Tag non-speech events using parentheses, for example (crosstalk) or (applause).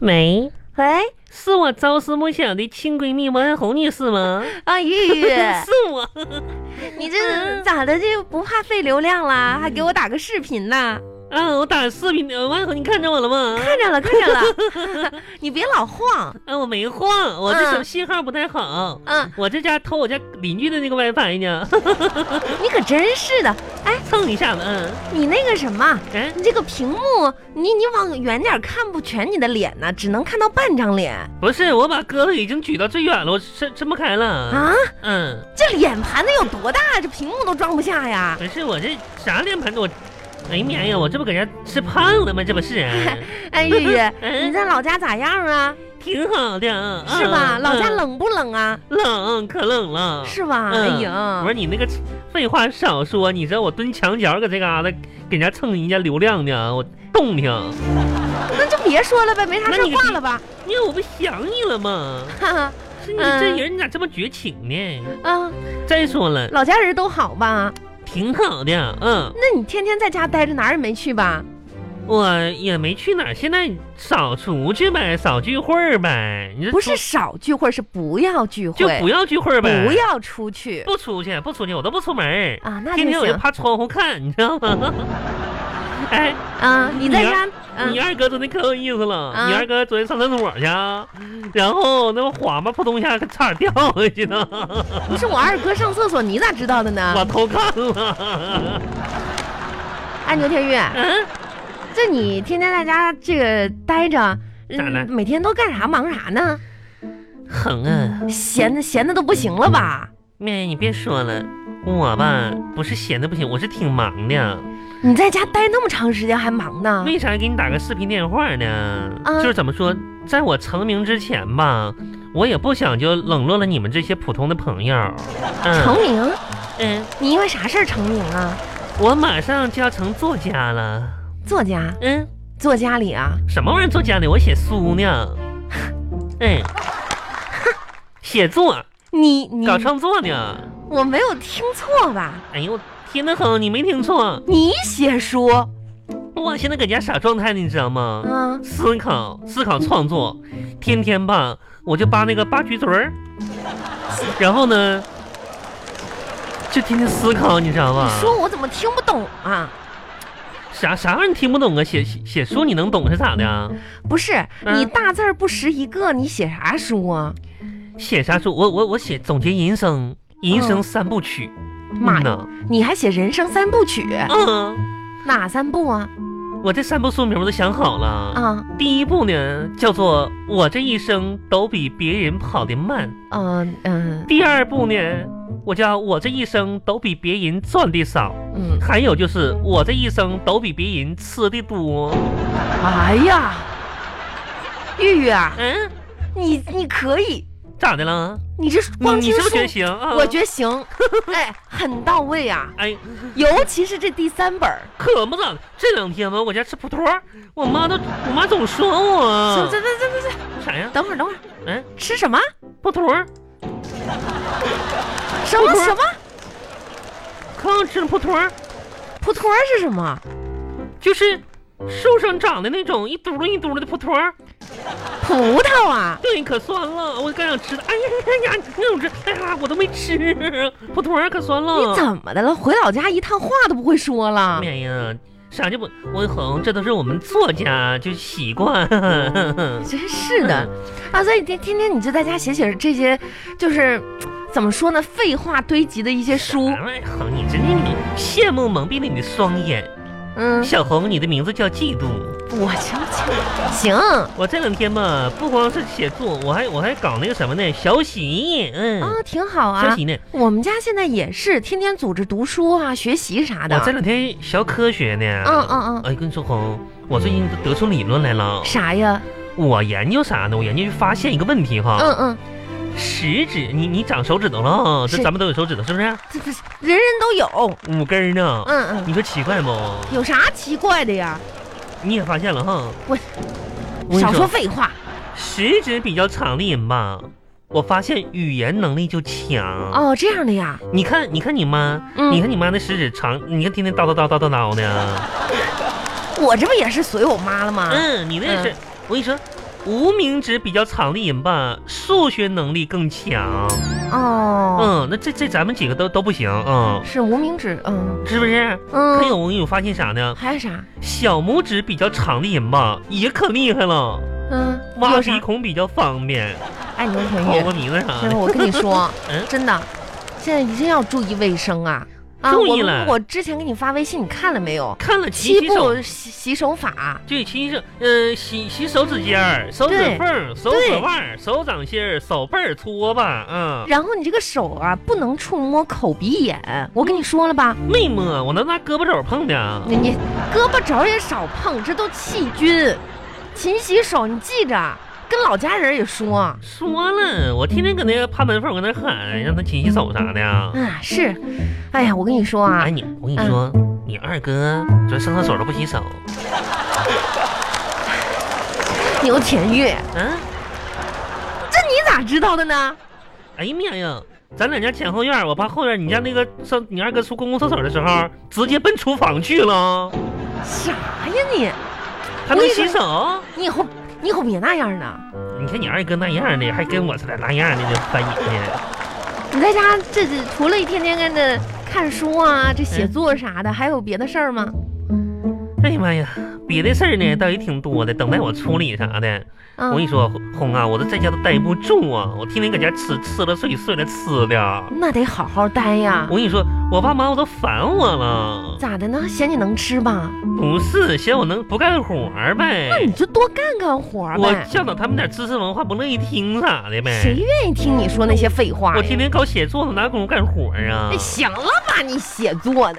喂，喂，是我朝思暮想的亲闺蜜王爱红女士吗？啊，玉玉， (laughs) 是我，你这咋的？这不怕费流量嗯啦？还给我打个视频呢？啊，我打视频，呃王爱红，你看着我了吗？看着了，看着了， (laughs) 你别老晃。啊，我没晃，我这手嗯信号不太好。嗯，我这家偷我家邻居的那个 WiFi 呢，你可真是的，蹭一下子，嗯，你那个什么，哎，你这个屏幕，你你往远点看不全你的脸呢，只能看到半张脸不是，我把胳膊已经举到最远了，我伸伸不开了。啊！嗯，这脸盘子有多大？这屏幕都装不下呀！不是我这啥脸盘子，我，哎呀妈呀，我这不搁家吃胖了吗？这不是、啊 (laughs) 哎，玉 (laughs) 玉，嗯你在老家咋样啊？挺好的，嗯是吧？嗯老家冷不冷啊？冷，可冷了。是吧？哎嗯呀不，是你那个废话少说，你知道我蹲墙角搁这嘎达给人家蹭人家流量呢，我冻啊挺，那就别说了呗，没啥那事儿你挂了吧。因为我不想你了吗？哈哈，是你这嗯人你咋这么绝情呢？啊，嗯再说了，老家人都好吧？挺好的，嗯，那你天天在家待着，哪儿也没去吧？我也没去哪儿，现在少出去呗，少聚会儿呗。你这不是出少聚会，是不要聚就会不，要聚会儿呗，不要出去不出去，不出去，我都不出门儿。啊。那天就天我就行趴窗户看，你知道吗？ (laughs) 哎，啊。你在家，嗯你二哥真的可有意思了。啊你二哥昨天上厕所去啊，然后那不滑吧，扑通一下，差点掉下去呢。不是我二哥上厕所，你咋知道的呢？我偷看了。哎，牛天玉，嗯，这你天天在家这个待着，嗯咋了每天都干啥忙啥呢？哼啊，闲的闲的都不行了吧？妹，你别说了，我吧不是闲的不行，我是挺忙的。你在家待那么长时间还忙呢？为啥给你打个视频电话呢？啊就是怎么说，在我成名之前吧，我也不想就冷落了你们这些普通的朋友。嗯成名？嗯，你因为啥事儿成名啊？我马上就要成作家了。作家，嗯，作家里啊，什么玩意儿作家呢？我写书呢。 (laughs) 嗯， (laughs) 写作你你搞创作呢。我没有听错吧？哎呦，天呐哼，你没听错，你写书我现在搁家啥状态呢？你知道吗？啊？思考思考创作，天天吧，我就扒那个扒橘嘴儿，然后呢，就天天思考，你知道吧你？说我怎么听不懂啊？啥啥玩意儿你听不懂啊？写写写书你能懂是咋的啊？不是，嗯你大字儿不识一个，你写啥书啊？写啥书？我我我写总结人生，人生嗯三部曲。妈嗯呀，呐，你还写人生三部曲？嗯，哪三部啊？我这三部书名我都想好了。啊，第一部呢叫做我这一生都比别人跑得慢。嗯嗯第二部呢，我叫我这一生都比别人赚的少。嗯，还有就是我这一生都比别人吃的多。哎呀，玉玉啊，嗯，你你可以，咋的了？你这你光你听是不书是，觉得行啊？我觉 (laughs) 得行，哎，很到位啊，哎，尤其是这第三本儿，可不咋的。这两天吧，我家吃葡萄，我妈都我妈总说我这这这这这，啥呀？等会儿等会儿，嗯，吃什么？葡萄什么不是什么？可好吃了，葡萄普陀儿是什么？就是树上长的那种一嘟噜一嘟噜的葡萄。葡萄啊，对，可酸了，我刚想吃的，哎呀呀呀，那种吃，哎呀，我都没吃，葡萄儿可酸了。你怎么的了？回老家一趟话都不会说了哎？嗯呀，啥就不，我红，这都是我们作家就习 (laughs) 惯。真是的，嗯啊，所以天天天你就在家写写这些，就是怎么说呢，废话堆积的一些书啥，玩意儿红，哎你真的你羡慕蒙蔽了你的双眼。嗯，小红，你的名字叫嫉妒。我就行，我这两天吧，不光是写作，我还我还搞那个什么呢，小喜，嗯，啊，挺好小啊喜。呢，我们家现在也是天天组织读书啊、学习啥的我。这两天学科学呢。嗯嗯嗯，哎，跟你说红，我最近都得出理论来了。啥呀？我研究啥呢？我研究就发现一个问题哈，嗯嗯，食指，你你长手指头了啊？这是咱们都有手指头，是不是？这不是人人都有。五根儿呢？嗯嗯，你说奇怪不？有啥奇怪的呀？你也发现了哈？我我跟你少说说，废话。食指比较长的人吧，我发现语言能力就强。哦，这样的呀。你看，你看你妈，嗯嗯你看你妈那食指长，你看天天叨叨叨叨叨叨的。我这不也是随我妈了吗？嗯嗯嗯，你那是，我跟你说，无名指比较长的人吧，数学能力更强。哦，嗯，那这这咱们几个都都不行啊、是无名指，嗯嗯，是不是？嗯，还有我有发现啥呢？还有啥？小拇指比较长的人吧，也可厉害了，嗯，挖有鼻啥？孔比较方便，哎，牛小刨玉 (laughs) 个，鼻子啥真的，的。我 (laughs) 跟你说嗯，真的，现在一定要注意卫生啊！啊，注意我了我之前给你发微信，你看了没有？看了勤七洗手步，洗洗手法，对，勤洗手，呃，洗洗手指尖儿、手指嗯对缝儿、手对指腕儿、手掌心儿、手背儿搓吧，嗯，然后你这个手啊，不能触摸口鼻眼。我跟你说了吧，没摸，我能拿胳膊肘碰的啊。你你胳膊肘也少碰，这都细菌。勤洗手，你记着，跟老家人也说啊，说了，我天天搁那个趴门缝，搁那喊，让他勤洗手啥的呀。是。哎呀，我跟你说啊哎，，你我跟你说，嗯你二哥这上厕所都不洗手，牛田玉，嗯、这你咋知道的呢？哎呀妈呀，咱俩家前后院，我爬后院，你家那个上你二哥出公共厕所的时候，直接奔厨房去了，啥呀你？还没洗手。你以后你以后别那样了。你看你二哥那样的，还跟我似的那样的这翻译呢。你在家这这除了一天天跟着看书啊，嗯这写作啥的，还有别的事儿吗？哎呀妈呀，别的事儿呢倒也挺多的，等待我处理啥的。嗯我跟你说，红啊，我这在家都待不住啊，我天天搁家吃吃了睡，睡了吃的。那得好好待呀我。跟你说，我爸妈我都烦我了。咋的呢？嫌你能吃吧？不是嫌我能不干活儿呗那？你就多干干活儿我嗯呗。教导他们点知识文化，不乐意听啥的谁呗。愿意听你说那些废话呀？我天天搞写作，哪有功夫干活儿啊？行了吧，你写作的。